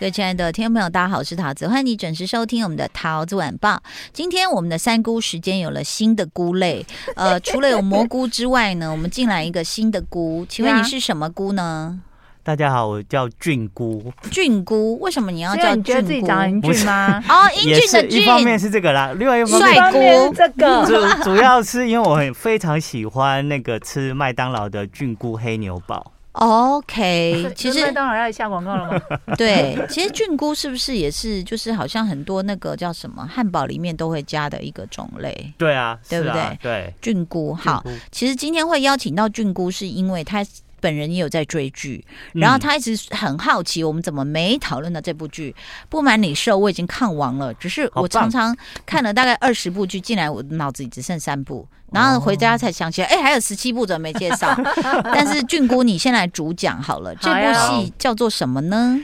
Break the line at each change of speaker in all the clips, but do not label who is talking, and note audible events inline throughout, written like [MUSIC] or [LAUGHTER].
各位亲爱的听众朋友，大家好，我是桃子，欢迎你准时收听我们的《桃子晚报》。今天我们的三菇时间有了新的菇
[LAUGHS]
类，呃，除了有蘑菇之外呢，我们进来一个新的菇，请问你
呀
是什么菇呢？
大家好，我叫菌菇，
菌菇？为什么你要
所
叫
以你觉得自
菌
己
菇？
长得很俊吗？ [LAUGHS]
哦，英
也
俊的
是一方
俊，
面是这个啦，另外一方
帅
面
菇
这个
主主要是因为我很非常喜欢那个吃麦当劳的菌菇黑牛堡，
[LAUGHS]
OK，其
麦
实
当劳要下广告了
[LAUGHS]
吗？
对，其实菌菇是不是也是就是好像很多那个叫什么汉堡里面都会加的一个种类？
对啊，
对不
是啊对，
菌菇好，
菌菇
其实今天会邀请到菌菇，是因为他本人也有在追剧，然后
嗯
他一直很好奇我们怎么没讨论到这部剧。不瞒你说，我已经看完了，只是
好
我
棒
常常看了大概二十部剧进来，我脑子里只剩三部，然后回家才想起来，哎、还有十七部怎么没介绍？但是菌菇，你先来主讲好了，这
好呀
部戏叫做什么呢？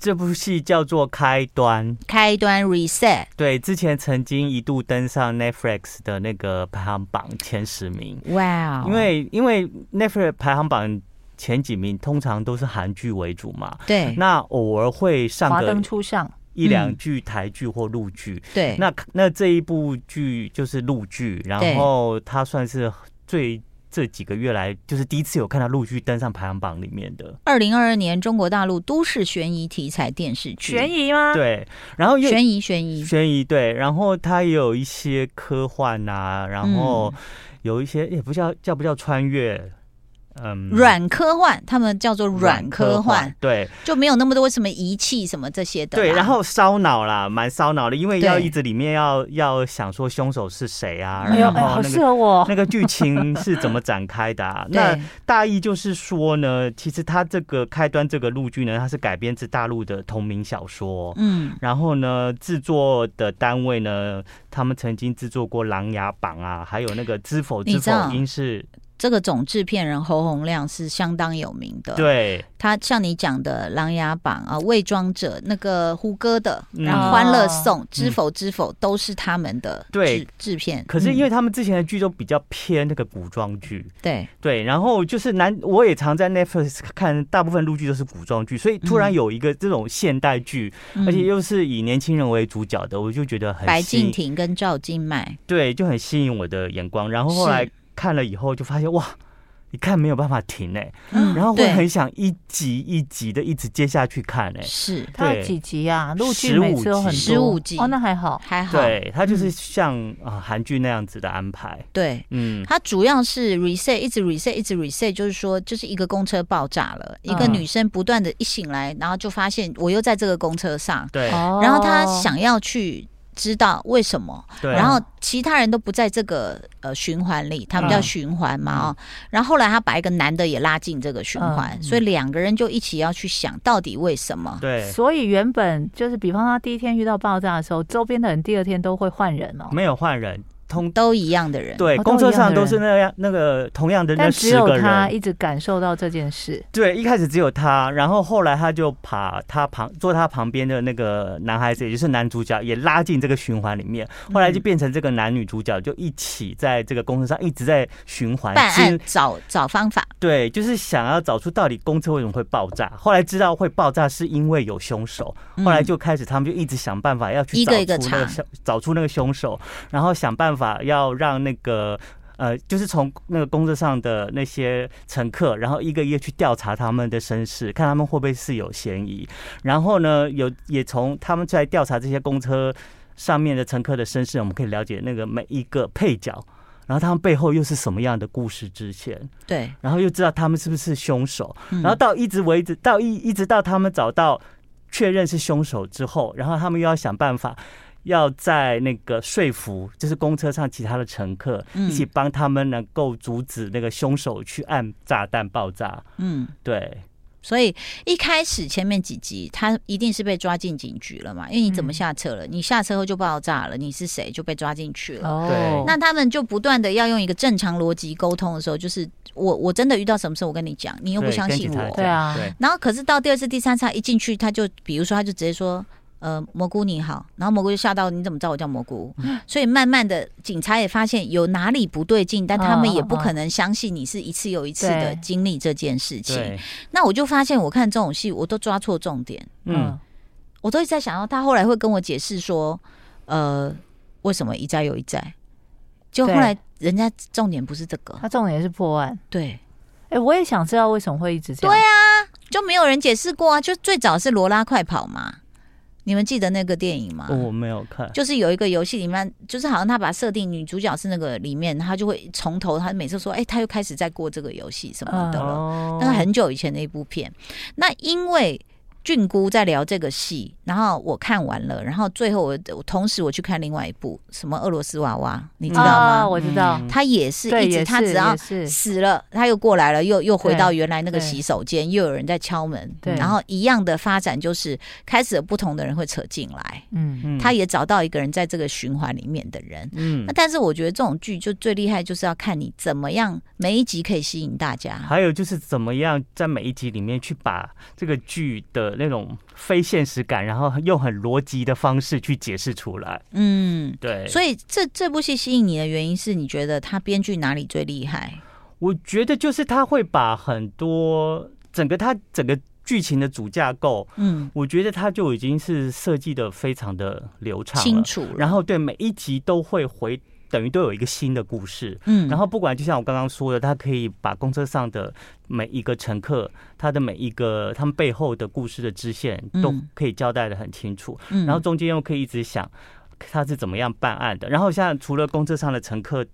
这部戏叫做《开端》，
开端 reset。
对，之前曾经一度登上 Netflix 的那个排行榜前十名，
哇、
因为因为 Netflix 排行榜前几名通常都是韩剧为主嘛，
对
那偶尔会上
华
个
灯初上，
一两
嗯
句台剧或陆剧，
对，
那那这一部剧就是陆剧，
对
然后它算是最这几个月来就是第一次有看到陆剧登上排行榜里面的。
二零二二年中国大陆都市悬疑题材电视剧，
悬疑吗？，
对，然后又
啊悬疑悬疑，
悬疑对，然后它也有一些科幻啊，然
嗯
后有一些也不叫叫不叫穿越，嗯，
软科幻，他们叫做软科幻，
对
就没有那么多什么仪器什么这些的啦。
对，然后烧脑啦，蛮烧脑的，因为要
对
一直里面要要想说凶手是谁啊，
哎呦
哎呦，
然
哎，
后
好
那
适
个
合我。
那个剧情是怎么展开的
[LAUGHS]
啊？那
对
大意就是说呢，其实它这个开端这个陆剧呢，它是改编自大陆的同名小说。
嗯
然后呢，制作的单位呢，他们曾经制作过《琅琊榜》啊，还有那个《知否
你
知
知
否
道》
应是
这个总制片人侯鸿亮是相当有名的，，
对
他像你讲的《琅琊榜》啊，《伪装者》那个胡歌的，
嗯
然后《欢乐颂》知
嗯
否知否》都是他们的
对
制制片，
可是因为
嗯
他们之前的剧都比较偏那个古装剧，
对
对，然后就是男，我也常在 Netflix 看，大部分陆剧都是古装剧，所以突然
嗯
有一个这种现代剧，而且
嗯
又是以年轻人为主角的，我就觉得很
白
吸引
敬亭跟赵今麦，
对，就很吸引我的眼光。然后后
是
来看了以后，就发现哇，一看没有办法停哎、
嗯
然后会
对
很想一集一集的一直接下去看哎、
是
它有
对
几集啊？陆剧
15
每次都很多，
集
15集
哦，那还好。
还好，
对，它就是
嗯
像啊韩剧那样子的安排。
对
嗯，
它主要是 reset，一直 reset，一直 reset，就是说，就是一个公车爆炸了，一个
嗯
女生不断的一醒来，然后就发现我又在这个公车上，
对
哦
然后她，想要去知道为什么，
对，
然后其他人都不在这个呃循环里，他们叫
嗯
循环嘛哦，然后后来她把一个男的也拉进这个循环，
嗯
所以两个人就一起要去想到底为什么。
对
所以原本就是，比方说他第一天遇到爆炸的时候，周边的人第二天都会换人哦。
没有换人，通
都一样的人，
对
哦都
公
一
车
样
上
的
都是
人
那样那个同样的那
但只
十
有
个
他
人。
一直感受到这件事，
对，一开始只有他，然后后来他就把他旁坐他旁边的那个男孩子，也就是男主角，也拉进这个循环里面。后
嗯
来就变成这个男女主角就一起在这个公车上一直在循环
办案
其实
找找方法，
对，就是想要找出到底公车为什么会爆炸。后来知道会爆炸是因为有凶手，
嗯
后来就开始他们就一直想办法要去
一
找
个
出
一个
那个
查
凶找出那个凶手，然后想办法要让那个。呃，就是从那个公车上的那些乘客，然后一个一个去调查他们的身世，看他们会不会是有嫌疑。然后呢，有也从他们在调查这些公车上面的乘客的身世，我们可以了解那个每一个配角，然后他们背后又是什么样的故事支线，
对，
然后又知道他们是不是凶手。
嗯
然后到一直为止，到一一直到他们找到确认是凶手之后，然后他们又要想办法，要在那个说服，就是公车上其他的乘客、
嗯
一起帮他们能够阻止那个凶手去按炸弹爆炸。
嗯，
对，
所以一开始前面几集他一定是被抓进警局了嘛，因为你怎么
嗯
下车了？你下车后就爆炸了，你是谁就被抓进去了。
哦
对，
那他们就不断的要用一个正常逻辑沟通的时候，就是我我真的遇到什么事我跟你讲，你又不
对
相
跟
信
警察
我，
对啊
对
然后可是到第二次、第三次他一进去，他就比如说他就直接说。呃，蘑菇你好，然后蘑菇就吓到，你怎么知道我叫蘑菇？
嗯
所以慢慢的，警察也发现有哪里不对劲，但他们也不可能相信你是一次又一次的
嗯对
经历这件事情。
对，
那我就发现，我看这种戏，我都抓错重点，
嗯，
我都一直在想到他后来会跟我解释说，呃，为什么一再又一再？就后
对
来人家重点不是这个，
他重点是破案。
对，
哎、我也想知道为什么会一直这样。
对
啊，
就没有人解释过啊。就最早是罗拉快跑嘛，你们记得那个电影吗？
哦我没有看，
就是有一个游戏里面，就是好像他把设定女主角是那个里面，他就会从头，他每次说，哎、他又开始在过这个游戏什么的了。
哦
那是很久以前的一部片。那因为菌姑在聊这个戏，然后我看完了，然后最后我我同时我去看另外一部什么俄罗斯娃娃，你知道吗？
啊我知道，
嗯
他也是
对，
一
也
直
是，
他只要
也是，
死了，他又过来了，又又回
对
到原来那个
对
洗手间，又有人在敲门，
对
然后一样的发展就是开始有不同的人会扯进来，
嗯，
嗯
他也找到一个人在这个循环里面的人。
嗯
那但是我觉得这种剧就最厉害，就是要看你怎么样每一集可以吸引大家。
还有就是怎么样在每一集里面去把这个剧的那种非现实感，然后用很逻辑的方式去解释出来。
嗯，
对，
所以这这部戏吸引你的原因是你觉得他编剧哪里最厉害？
我觉得就是他会把很多整个他整个剧情的主架构，
嗯，
我觉得他就已经是设计的非常的流畅了
清楚了。
然
后，
后对每一集都会回，等于都有一个新的故事。
嗯
然后不管就像我刚刚说的，他可以把公车上的每一个乘客，他的每一个他们背后的故事的支线
嗯
都可以交代的很清楚，
嗯
然后中间又可以一直想他是怎么样办案的。然后像除了公车上的乘客。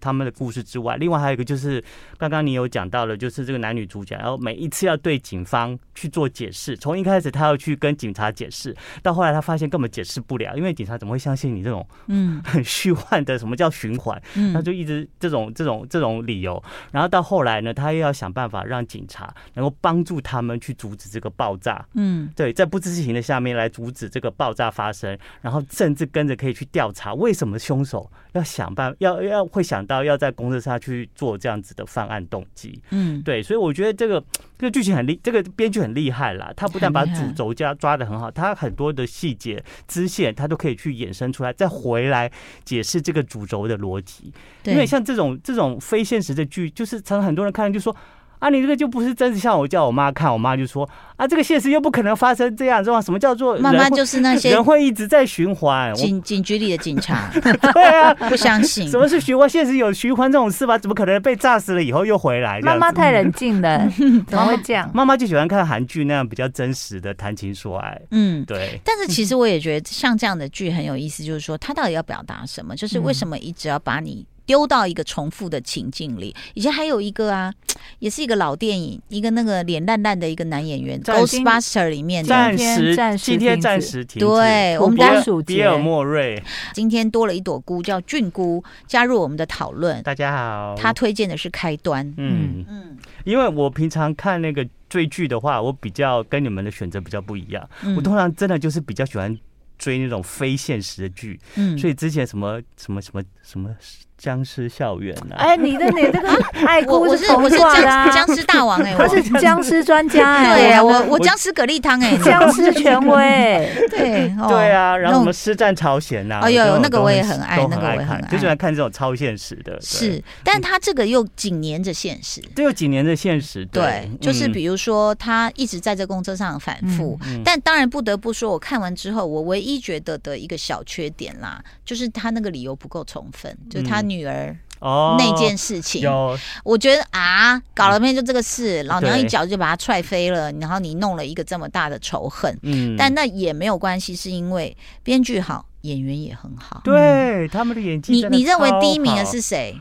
他们的故事之外，另外还有一个就是，刚刚你有讲到了，就是这个男女主角，然后每一次要对警方去做解释，从一开始他要去跟警察解释，到后来他发现根本解释不了，因为警察怎么会相信你这种
嗯
很虚幻的什么叫循环？ [LAUGHS] 他
嗯
就一直这种这种这种理由，然后到后来呢，他又要想办法让警察能够帮助他们去阻止这个爆炸。
嗯
对，在不知情的下面来阻止这个爆炸发生，然后甚至跟着可以去调查为什么凶手要想办要要会想到要在公车上去做这样子的犯案动机。
嗯，
对，所以我觉得这个这个剧情很厉，这个编剧很厉害啦。他不但把
很厉害
主轴抓抓的很好，他很多的细节支线他都可以去衍生出来，再回来解释这个主轴的逻辑。
对
因为像这种这种非现实的剧，就是常常很多人看了就说。啊，你这个就不是真实，像我叫我妈看，我妈就说啊，这个现实又不可能发生这样，是吧？什么叫做人
慢慢
会
就是那些
人会一直在循环？我
警警局里的警
[LAUGHS]
察
对啊，
不相信
什。么是循环？现实有循环这种事吗？怎么可能被炸死了以后又回来？这
妈
样
妈
子
太冷静了，
[LAUGHS]
怎么会这样？
妈妈就喜欢看韩剧那样比较真实的谈情说爱。 [LAUGHS]
嗯，
对，
但是其实我也觉得像这样的剧很有意思，就是说它到底要表达什么？
嗯
就是为什么一直要把你丢到一个重复的情境里？以前还有一个啊，也是一个老电影，一个那个脸烂烂的一个男演员，《
战
Ghostbuster》里面的。
暂时
暂时
今天
停止
暂时停止。
对，
土
我们
拨
大
单
家
鼠节
比尔莫瑞，
今天多了一朵菇，叫菌菇，加入我们的讨论。
大家好。
他推荐的是开端，
嗯，
嗯
因为我平常看那个追剧的话，我比较跟你们的选择比较不一样。
嗯
我通常真的就是比较喜欢追那种非现实的剧，
嗯
所以之前什么什么什么什么僵尸校园啊，
哎、你的你这个爱
我
哭
我
是
是我
童
是
话的、
僵
啊，
僵尸大王
[LAUGHS]
哎、我
他是僵尸专家哎、
对啊，
我
我我僵尸蛤蜊汤哎、
僵尸权威哎、
[LAUGHS]
对哦
对啊，然
那
后什
种
么《师战朝鲜》啊呐，
哦有有
这种
那个
都
我也很爱
都
那个我也很
看
爱
就喜欢看这种超现实的。对
是，但他这个又紧粘着现实。
这有几年的现实，
对，就是
嗯
比如说他一直在这公车上反复，
嗯
但当然不得不说，我看完之后，我唯一觉得的一个小缺点啦，就是他那个理由不够充分，就是他女儿
嗯哦
那件事情，
有
我觉得啊，搞了半天就这个
嗯
事，老娘一
对
脚就把他踹飞了，然后你弄了一个这么大的仇恨，
嗯，
但那也没有关系，是因为编剧好，演员也很好。
对他们的演技
你
真的
你认为第一名的
超好
是谁？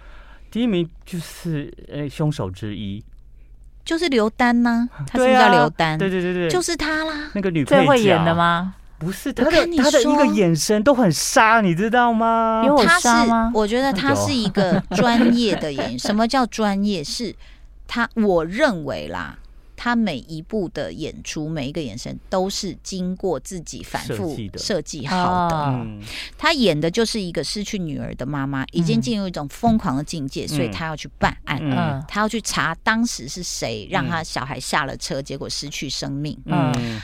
第一名就是呃凶手之一，
就是刘丹呐、他是不
对
是
啊
叫刘丹？
对对对对，
就是他啦。
那个女配
最
角
会演的？吗？
不是
我
他的
跟你
他的一
说
个眼神都很杀，你知道吗？啊
有我
他
杀吗
是，我觉得他
有
是一个专业的演员。什么叫专业？是他，我认为啦，他每一部的演出，每一个眼神都是经过自己反
设
复
计的
设计好的。
啊
嗯，
他演的就是一个失去女儿的妈妈，已经进入一种疯狂的境界，所以他要去办案，
嗯
嗯
他要去查当时是谁让他小孩下了车，结果失去生命，
嗯，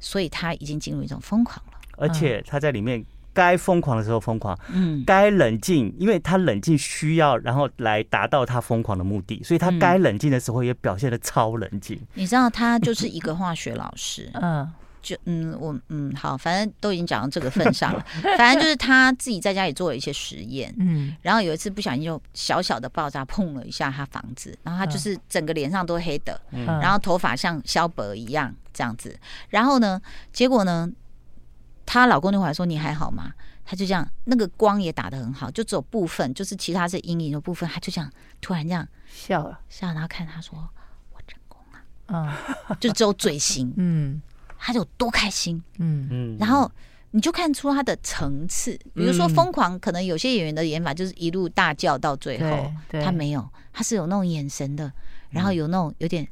所以他已经进入一种疯狂了。
而且他在里面该疯狂的时候疯狂，
嗯，
该冷静，因为他冷静需要，然后来达到他疯狂的目的，所以
嗯
他该冷静的时候也表现的超冷静。
你知道他就是一个化学老
[LAUGHS]
师，
嗯
就嗯，我嗯好，反正都已经讲到这个份上了，反正就是他自己在家里做了一些实验。
嗯
然后有一次不小心就小小的爆炸碰了一下他房子，然后他就是整个脸上都黑的，
嗯，
然后头发像萧伯一样这样子。然后呢，结果呢，她老公就回来说：“你还好吗？”她就这样，那个光也打得很好，就只有部分，就是其他是阴影的部分，她就这样突然这样
笑了，
笑，然后看她说：“我成功了
嗯！”
就只有嘴
[LAUGHS]
型，
嗯
她就有多开心。
嗯
嗯
然后你就看出她的层次，比如说疯狂，可能有些演员的演法就是一路大叫到最后
对，对
她没有，她是有那种眼神的，然后有那种有点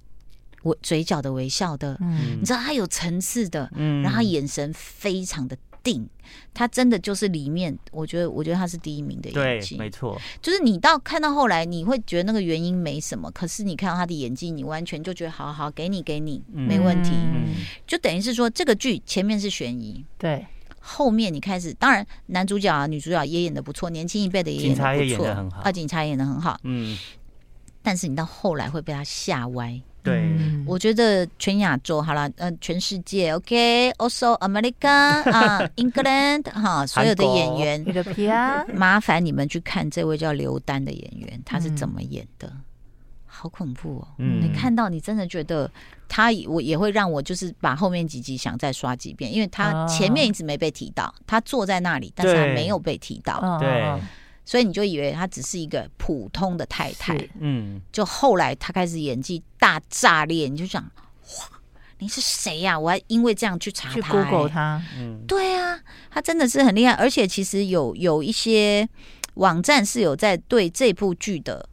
我嘴角的微笑的，
嗯
你知道他有层次的，
嗯
然后他眼神非常的定，他真的就是里面，我觉得，我觉得他是第一名的演
对，
技，
没错，
就是你到看到后来，你会觉得那个原因没什么，可是你看到他的演技，你完全就觉得好好给你给你，
嗯
没问题，
嗯
就等于是说这个剧前面是悬疑。
对，
后面你开始，当然男主角啊、女主角也演的不错，年轻一辈的也演
警察
的
也
不错
演得很好
啊，警察也演的很好，
嗯，
但是你到后来会被他吓歪。
对，
嗯
我觉得全亚洲好了，嗯、全世界，OK，also、America 啊、e
[LAUGHS]
n g l a n d 哈、所有的演
你
员，
的皮
[LAUGHS]
啊，
麻烦你们去看这位叫刘丹的演员，他是怎么演的，
嗯
好恐怖哦！
嗯
你看到你真的觉得他，我也会让我就是把后面几集想再刷几遍，因为他
啊
前面一直没被提到，他坐在那里，但是他
对
没有被提到，
嗯
对，
所以你就以为他只是一个普通的太太。
是
嗯，
就后来他开始演技大炸裂，你就想，哇，你是谁呀、我还因为这样去查
去
他、欸
Google 他，
嗯，
对啊，他真的是很厉害，而且其实有有一些网站是有在对这部剧的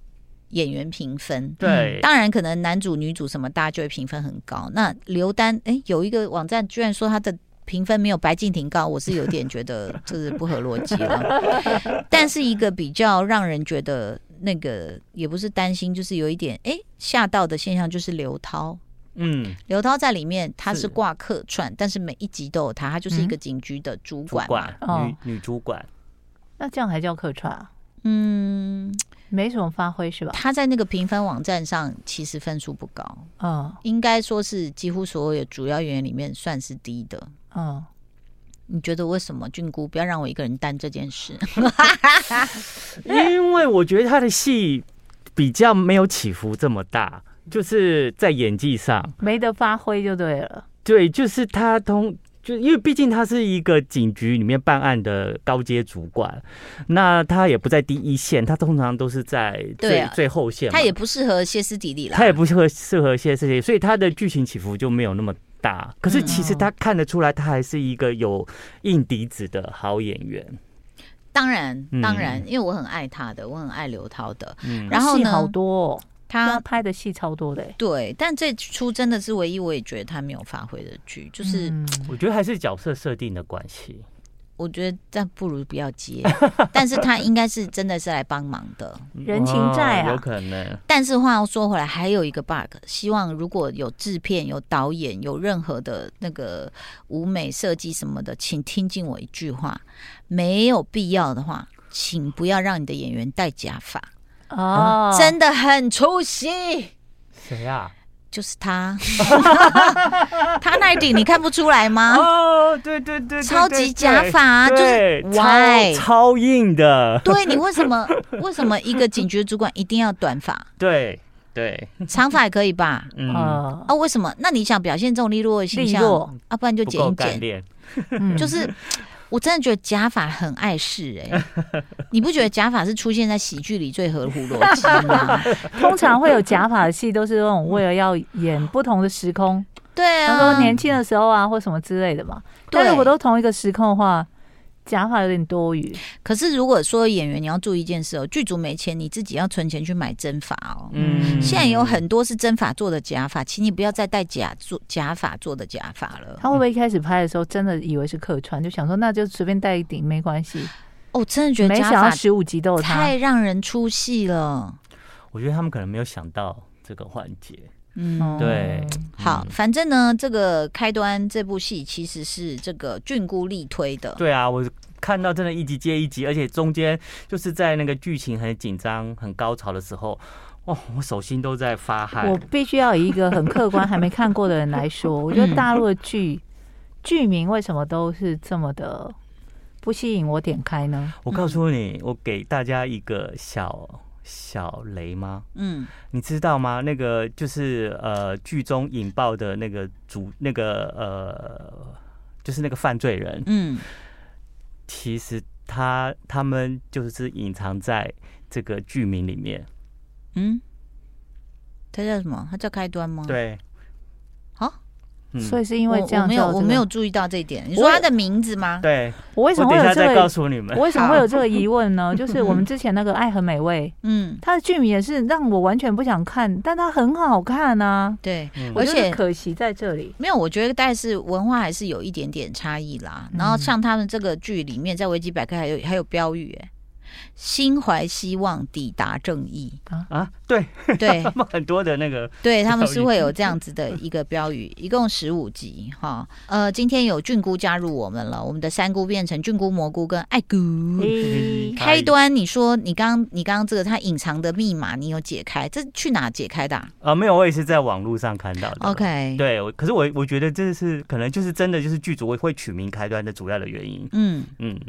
演员评分。
对，
当然，可能男主、女主什么，大家就会评分很高。那刘丹，哎、有一个网站居然说他的评分没有白敬亭高，我是有点觉得这是不合逻辑了。
[LAUGHS]
但是一个比较让人觉得那个也不是担心，就是有一点哎吓、到的现象，就是刘涛。
嗯，
刘涛在里面他是
是嗯
挂客串，但是每一集都有他，他就是一个警局的主
主
管嘛。
管，
哦
女女主管，
那这样还叫客串啊？
嗯，
没什么发挥是吧？
他在那个评分网站上其实分数不高。
嗯
应该说是几乎所有主要演员里面算是低的。
嗯，
你觉得为什么菌菇不要让我一个人担这件事？
因为我觉得他的戏比较没有起伏这么大，就是在演技上，
没得发挥就对了。
对，就是他通，就因为毕竟他是一个警局里面办案的高阶主管，那他也不在第一线，他通常都是在
对
最、
啊
最后线嘛，
他也不适合歇斯底里啦。
他也不适合适合现在事情，所以他的剧情起伏就没有那么大。可是
嗯
其实他看得出来，他还是一个有硬底子的好演员。
当然，
嗯
当然，因为我很爱他的，我很爱刘涛的。
嗯
然后
戏好
呢，啊
多、哦，他
他
拍的戏超多的、欸，
对，但这出真的是唯一我也觉得他没有发挥的剧，就是、
嗯
我觉得还是角色设定的关系。
我觉得但不如不要接。 [LAUGHS] 但是他应该是真的是来帮忙的。
人情债啊
哦有可能。
但是话又说回来，还有一个 bug，希望如果有制片、有导演、有任何的那个舞美设计什么的，请听进我一句话：没有必要的话，请不要让你的演员戴假发，
啊
哦，
真的很出戏。
谁啊？
就是
[LAUGHS]
他，他那一顶你看不出来吗？
哦，对对对，对
啊超级假发、啊，就
对
是
对，
why？
超超硬的，
对你为什么 [LAUGHS] 为什么一个警局主管一定要短发？
对对，
长发也可以吧？
嗯，
呃，
啊，为什么？那你想表现这种利落的形象
利落，
啊，不然就
不
剪
够
一
干
剪。
练，
嗯
哦就是我真的觉得假发很碍事哎、
[LAUGHS]
你不觉得假发是出现在喜剧里最合乎逻辑
[LAUGHS]
吗？
通常会有假发的戏，都是那种为了要演不同的时空，
对
他说
啊，
年轻的时候啊，或什么之类的嘛。
对
但如果都同一个时空的话，假发有点多余。
可是如果说演员，你要注意一件事哦，剧组没钱，你自己要存钱去买真发哦。
嗯
现在有很多是真发做的假发，请你不要再戴假做假发做的假发了。
他会不会一开始拍的时候真的以为是客串，就想说那就随便戴一顶没关系，
哦，真的觉得
没
假
想到
发
十五集都有哦他
太。让人出戏了。
我觉得他们可能没有想到这个环节。
哦
嗯，
对，
好
嗯，
反正呢，这个开端这部戏其实是这个菌菇力推的。
对啊，我看到真的一集接一集，而且中间就是在那个剧情很紧张、很高潮的时候，哦，我手心都在发汗
我。必须要以一个很客观、还没看过的人来
[LAUGHS]
说，我觉得大陆的剧剧名为什么都是这么的不吸引我点开呢？
我告诉你，我给大家一个小小雷吗？
嗯，
你知道吗？那个就是呃，剧中引爆的那个主那个呃，就是那个犯罪人，
嗯，
其实他他们就是隐藏在这个剧名里面。
嗯，它叫什么？它叫开端吗？，
对，
好，
嗯
啊所以是因
我
为这样
我没有
叫这个
我没有注意到这一点。你
我
说
也
它的名字吗？
对，
我为什
我
么
等
会
一下
有这
再
个
告？诉你们
我。为什么会有这个疑问呢？就是我们之前那个《爱很美味
嗯》，，
它的剧名也是让我完全不想看，但它很好看啊，
对，
嗯
我
而
觉
且
得可惜在这里。
没有，我觉得但是文化还是有一点点差异啦。然
嗯
后像他们这个剧里面，在维基百科还有还有标语、哎，心怀希望，抵达正义。
啊，对，
对
[LAUGHS] 他们很多的那个，
对，他们
标
是
语
会有这样子的一个标语，一共十五集哈。呃，今天有菌菇加入我们了，我们的三菇变成菌菇、蘑菇跟艾菇。
嗯
嗯咦
开端，你说你刚你刚刚这个它隐藏的密码你有解开，这去哪解开的、啊、
啊，没有，我也是在网络上看到的。
？OK，
对，我可是我我觉得这是可能就是真的就是剧组会会取名开端的主要的原因。
嗯，
嗯，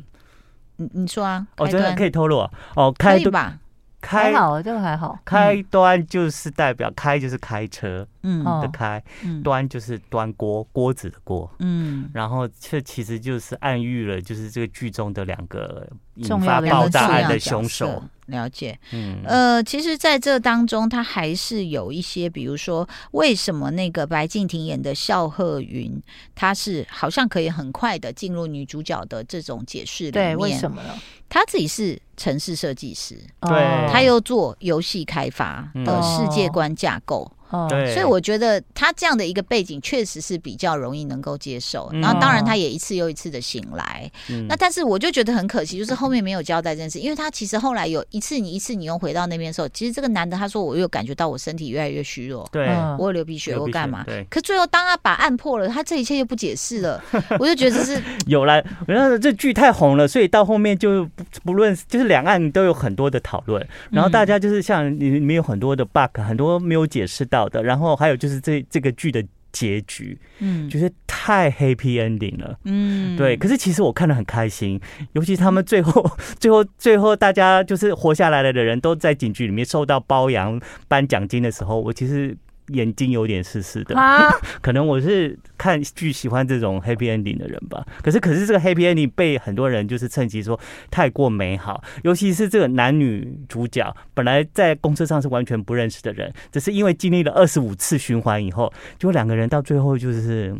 你你说啊，
哦，
开
真的
端
可以透露啊哦，
可
开
以
端
吧？
开
还好，这个还好。嗯
开端就是代表开就是开车
嗯
哦
的开，
嗯
端就是端锅锅子的锅。
嗯。
然后这其实就是暗喻了，就是这个剧中的两个引
重
发
要的
爆
人
炸
物
案的凶手。
了解，
嗯，
呃，其实在这当中，他还是有一些，比如说，为什么那个白敬亭演的孝鹤云，他是好像可以很快的进入女主角的这种解释里面？
对，为什么呢？哦
他自己是城市设计师，
嗯
对
他又做游戏开发的世界观架构，
哦，
对，
所以我觉得他这样的一个背景确实是比较容易能够接受。
嗯
然后，当
哦
然他也一次又一次的醒来，
嗯
那但是我就觉得很可惜，就是后面没有交代这件事，因为他其实后来有一次你一次你又回到那边的时候，其实这个男的他说我又感觉到我身体越来越虚弱，
对，
嗯
我有流鼻血，
流
我
鼻血
干嘛
对？
可最后当他把案破了，他这一切又不解释了，
[LAUGHS]
我就觉得这是
有啦，我觉得这剧太红了，所以到后面就不不论就是两岸都有很多的讨论，然
嗯
后大家就是像里里面有很多的 bug，很多没有解释到的，然后还有就是这这个剧的结局，
嗯
[LAUGHS] 就是太 happy ending 了。
嗯
对，可是其实我看得很开心，尤其他们最后、最后、最后，大家就是活下来了的人都在警局里面受到褒扬、颁奖金的时候，我其实眼睛有点湿湿的。
啊，
可能我是看剧喜欢这种 happy ending 的人吧。可是，可是这个 happy ending 被很多人就是趁机说太过美好，尤其是这个男女主角本来在公车上是完全不认识的人，只是因为经历了二十五次循环以后，就两个人到最后就是。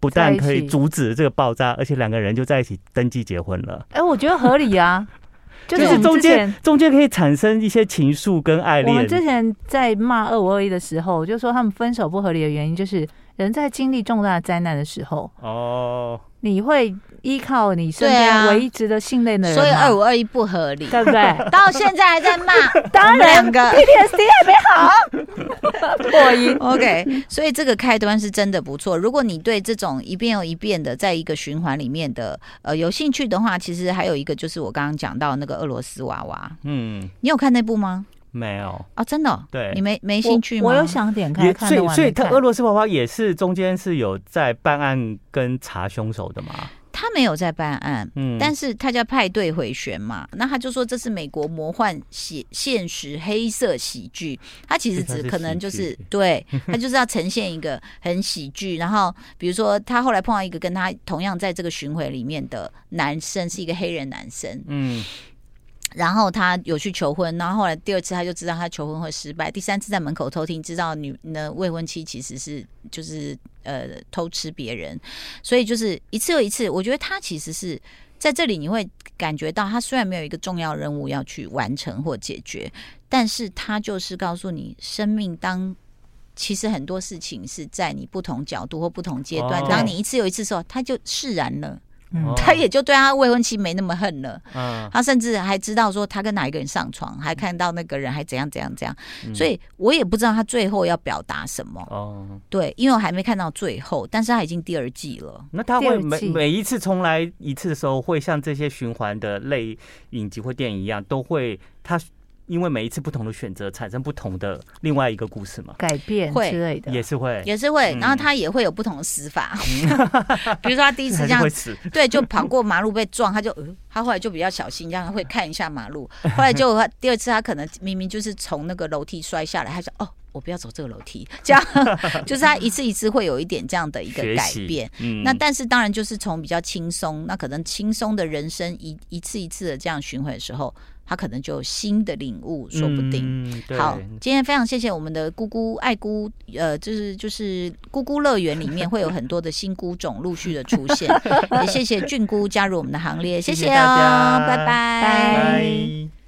不但可
在一
以
起
阻止这个爆炸，而且两个人就在一起登记结婚了。
哎，我觉得合理啊，就是
就
我
是
们
中
之前
间中间可以产生一些情愫跟爱
我们
恋。
之前在骂二五二一的时候，我就说他们分手不合理的原因就是，人在经历重大灾难的时候，
哦，
你会依靠你身
对啊
边唯一值得信任的人嘛，
所以哎二五二一不合理，？
对不对
[LAUGHS] 到现在还在
[LAUGHS]
骂，
当然
我们两个
PTSD 还没好， [LAUGHS] 破音
OK，所以这个开端是真的不错。如果你对这种一遍又一遍的在一个循环里面的呃有兴趣的话，其实还有一个就是我刚刚讲到那个俄罗斯娃娃，
嗯，
你有看那部吗？
没有。
哦，真的哦、
对
[LAUGHS] 你没没兴趣吗？
我我有想点开
也
看
所
的
以
完
所以
没
他
看，
俄罗斯娃娃也是中间是有在办案跟查凶手的嘛？
他没有在办案。
嗯，
但
是
是他叫派对回旋嘛，那他就说这是美国魔幻写现实黑色喜剧，他其实
所以
只
它是
可能就是
喜剧
对他就是要呈现一个很喜剧，然后比如说他后来碰到一个跟他同样在这个巡回里面的男生是一个黑人男生，
嗯
然后他有去求婚，然后后来第二次他就知道他求婚会失败，第三次在门口偷听，知道女那未婚妻其实是就是呃偷吃别人，所以就是一次又一次，我觉得他其实是在这里你会感觉到，他虽然没有一个重要任务要去完成或解决，但是他就是告诉你，生命当其实很多事情是在你不同角度或不同阶段，
哦
当你一次又一次的时候，他就释然了，
嗯
哦
他也就对他未婚妻没那么恨了。
嗯，
他甚至还知道说他跟哪一个人上床，还看到那个人还怎样怎样怎样，
嗯
所以我也不知道他最后要表达什么。
哦，
对，因为我还没看到最后，但是他已经第二季了。
那他
第
会
二
每
季
每一次重来一次的时候，会像这些循环的类影集或电影一样，都会他因为每一次不同的选择，产生不同的另外一个故事嘛，
改变
会
之类的，
也是会，
啊也是会，
嗯
然后他也会有不同的死
[LAUGHS]
法，比如说他第一次
还
这
是
样
会死，
对，就跑过马路被撞，他就、呃他后来就比较小心，这样会看一下马路。后来就第二次他可能明明就是从那个楼梯摔下来，他说哦，我不要走这个楼梯，这
[LAUGHS]
样就是他一次一次会有一点这样的一个
学
改
习
变。，
嗯
那但是当然就是从比较轻松，那可能轻松的人生一一次一次的这样巡回的时候，他可能就有新的领悟，说不定。
嗯、对
好，今天非常谢谢我们的姑姑爱姑，呃，就是就是姑姑乐园里面会有很多的新菇种陆续的出
[LAUGHS]
现，也谢谢菌菇加入我们的行列，谢
谢
哦，
大家
拜拜
拜
拜。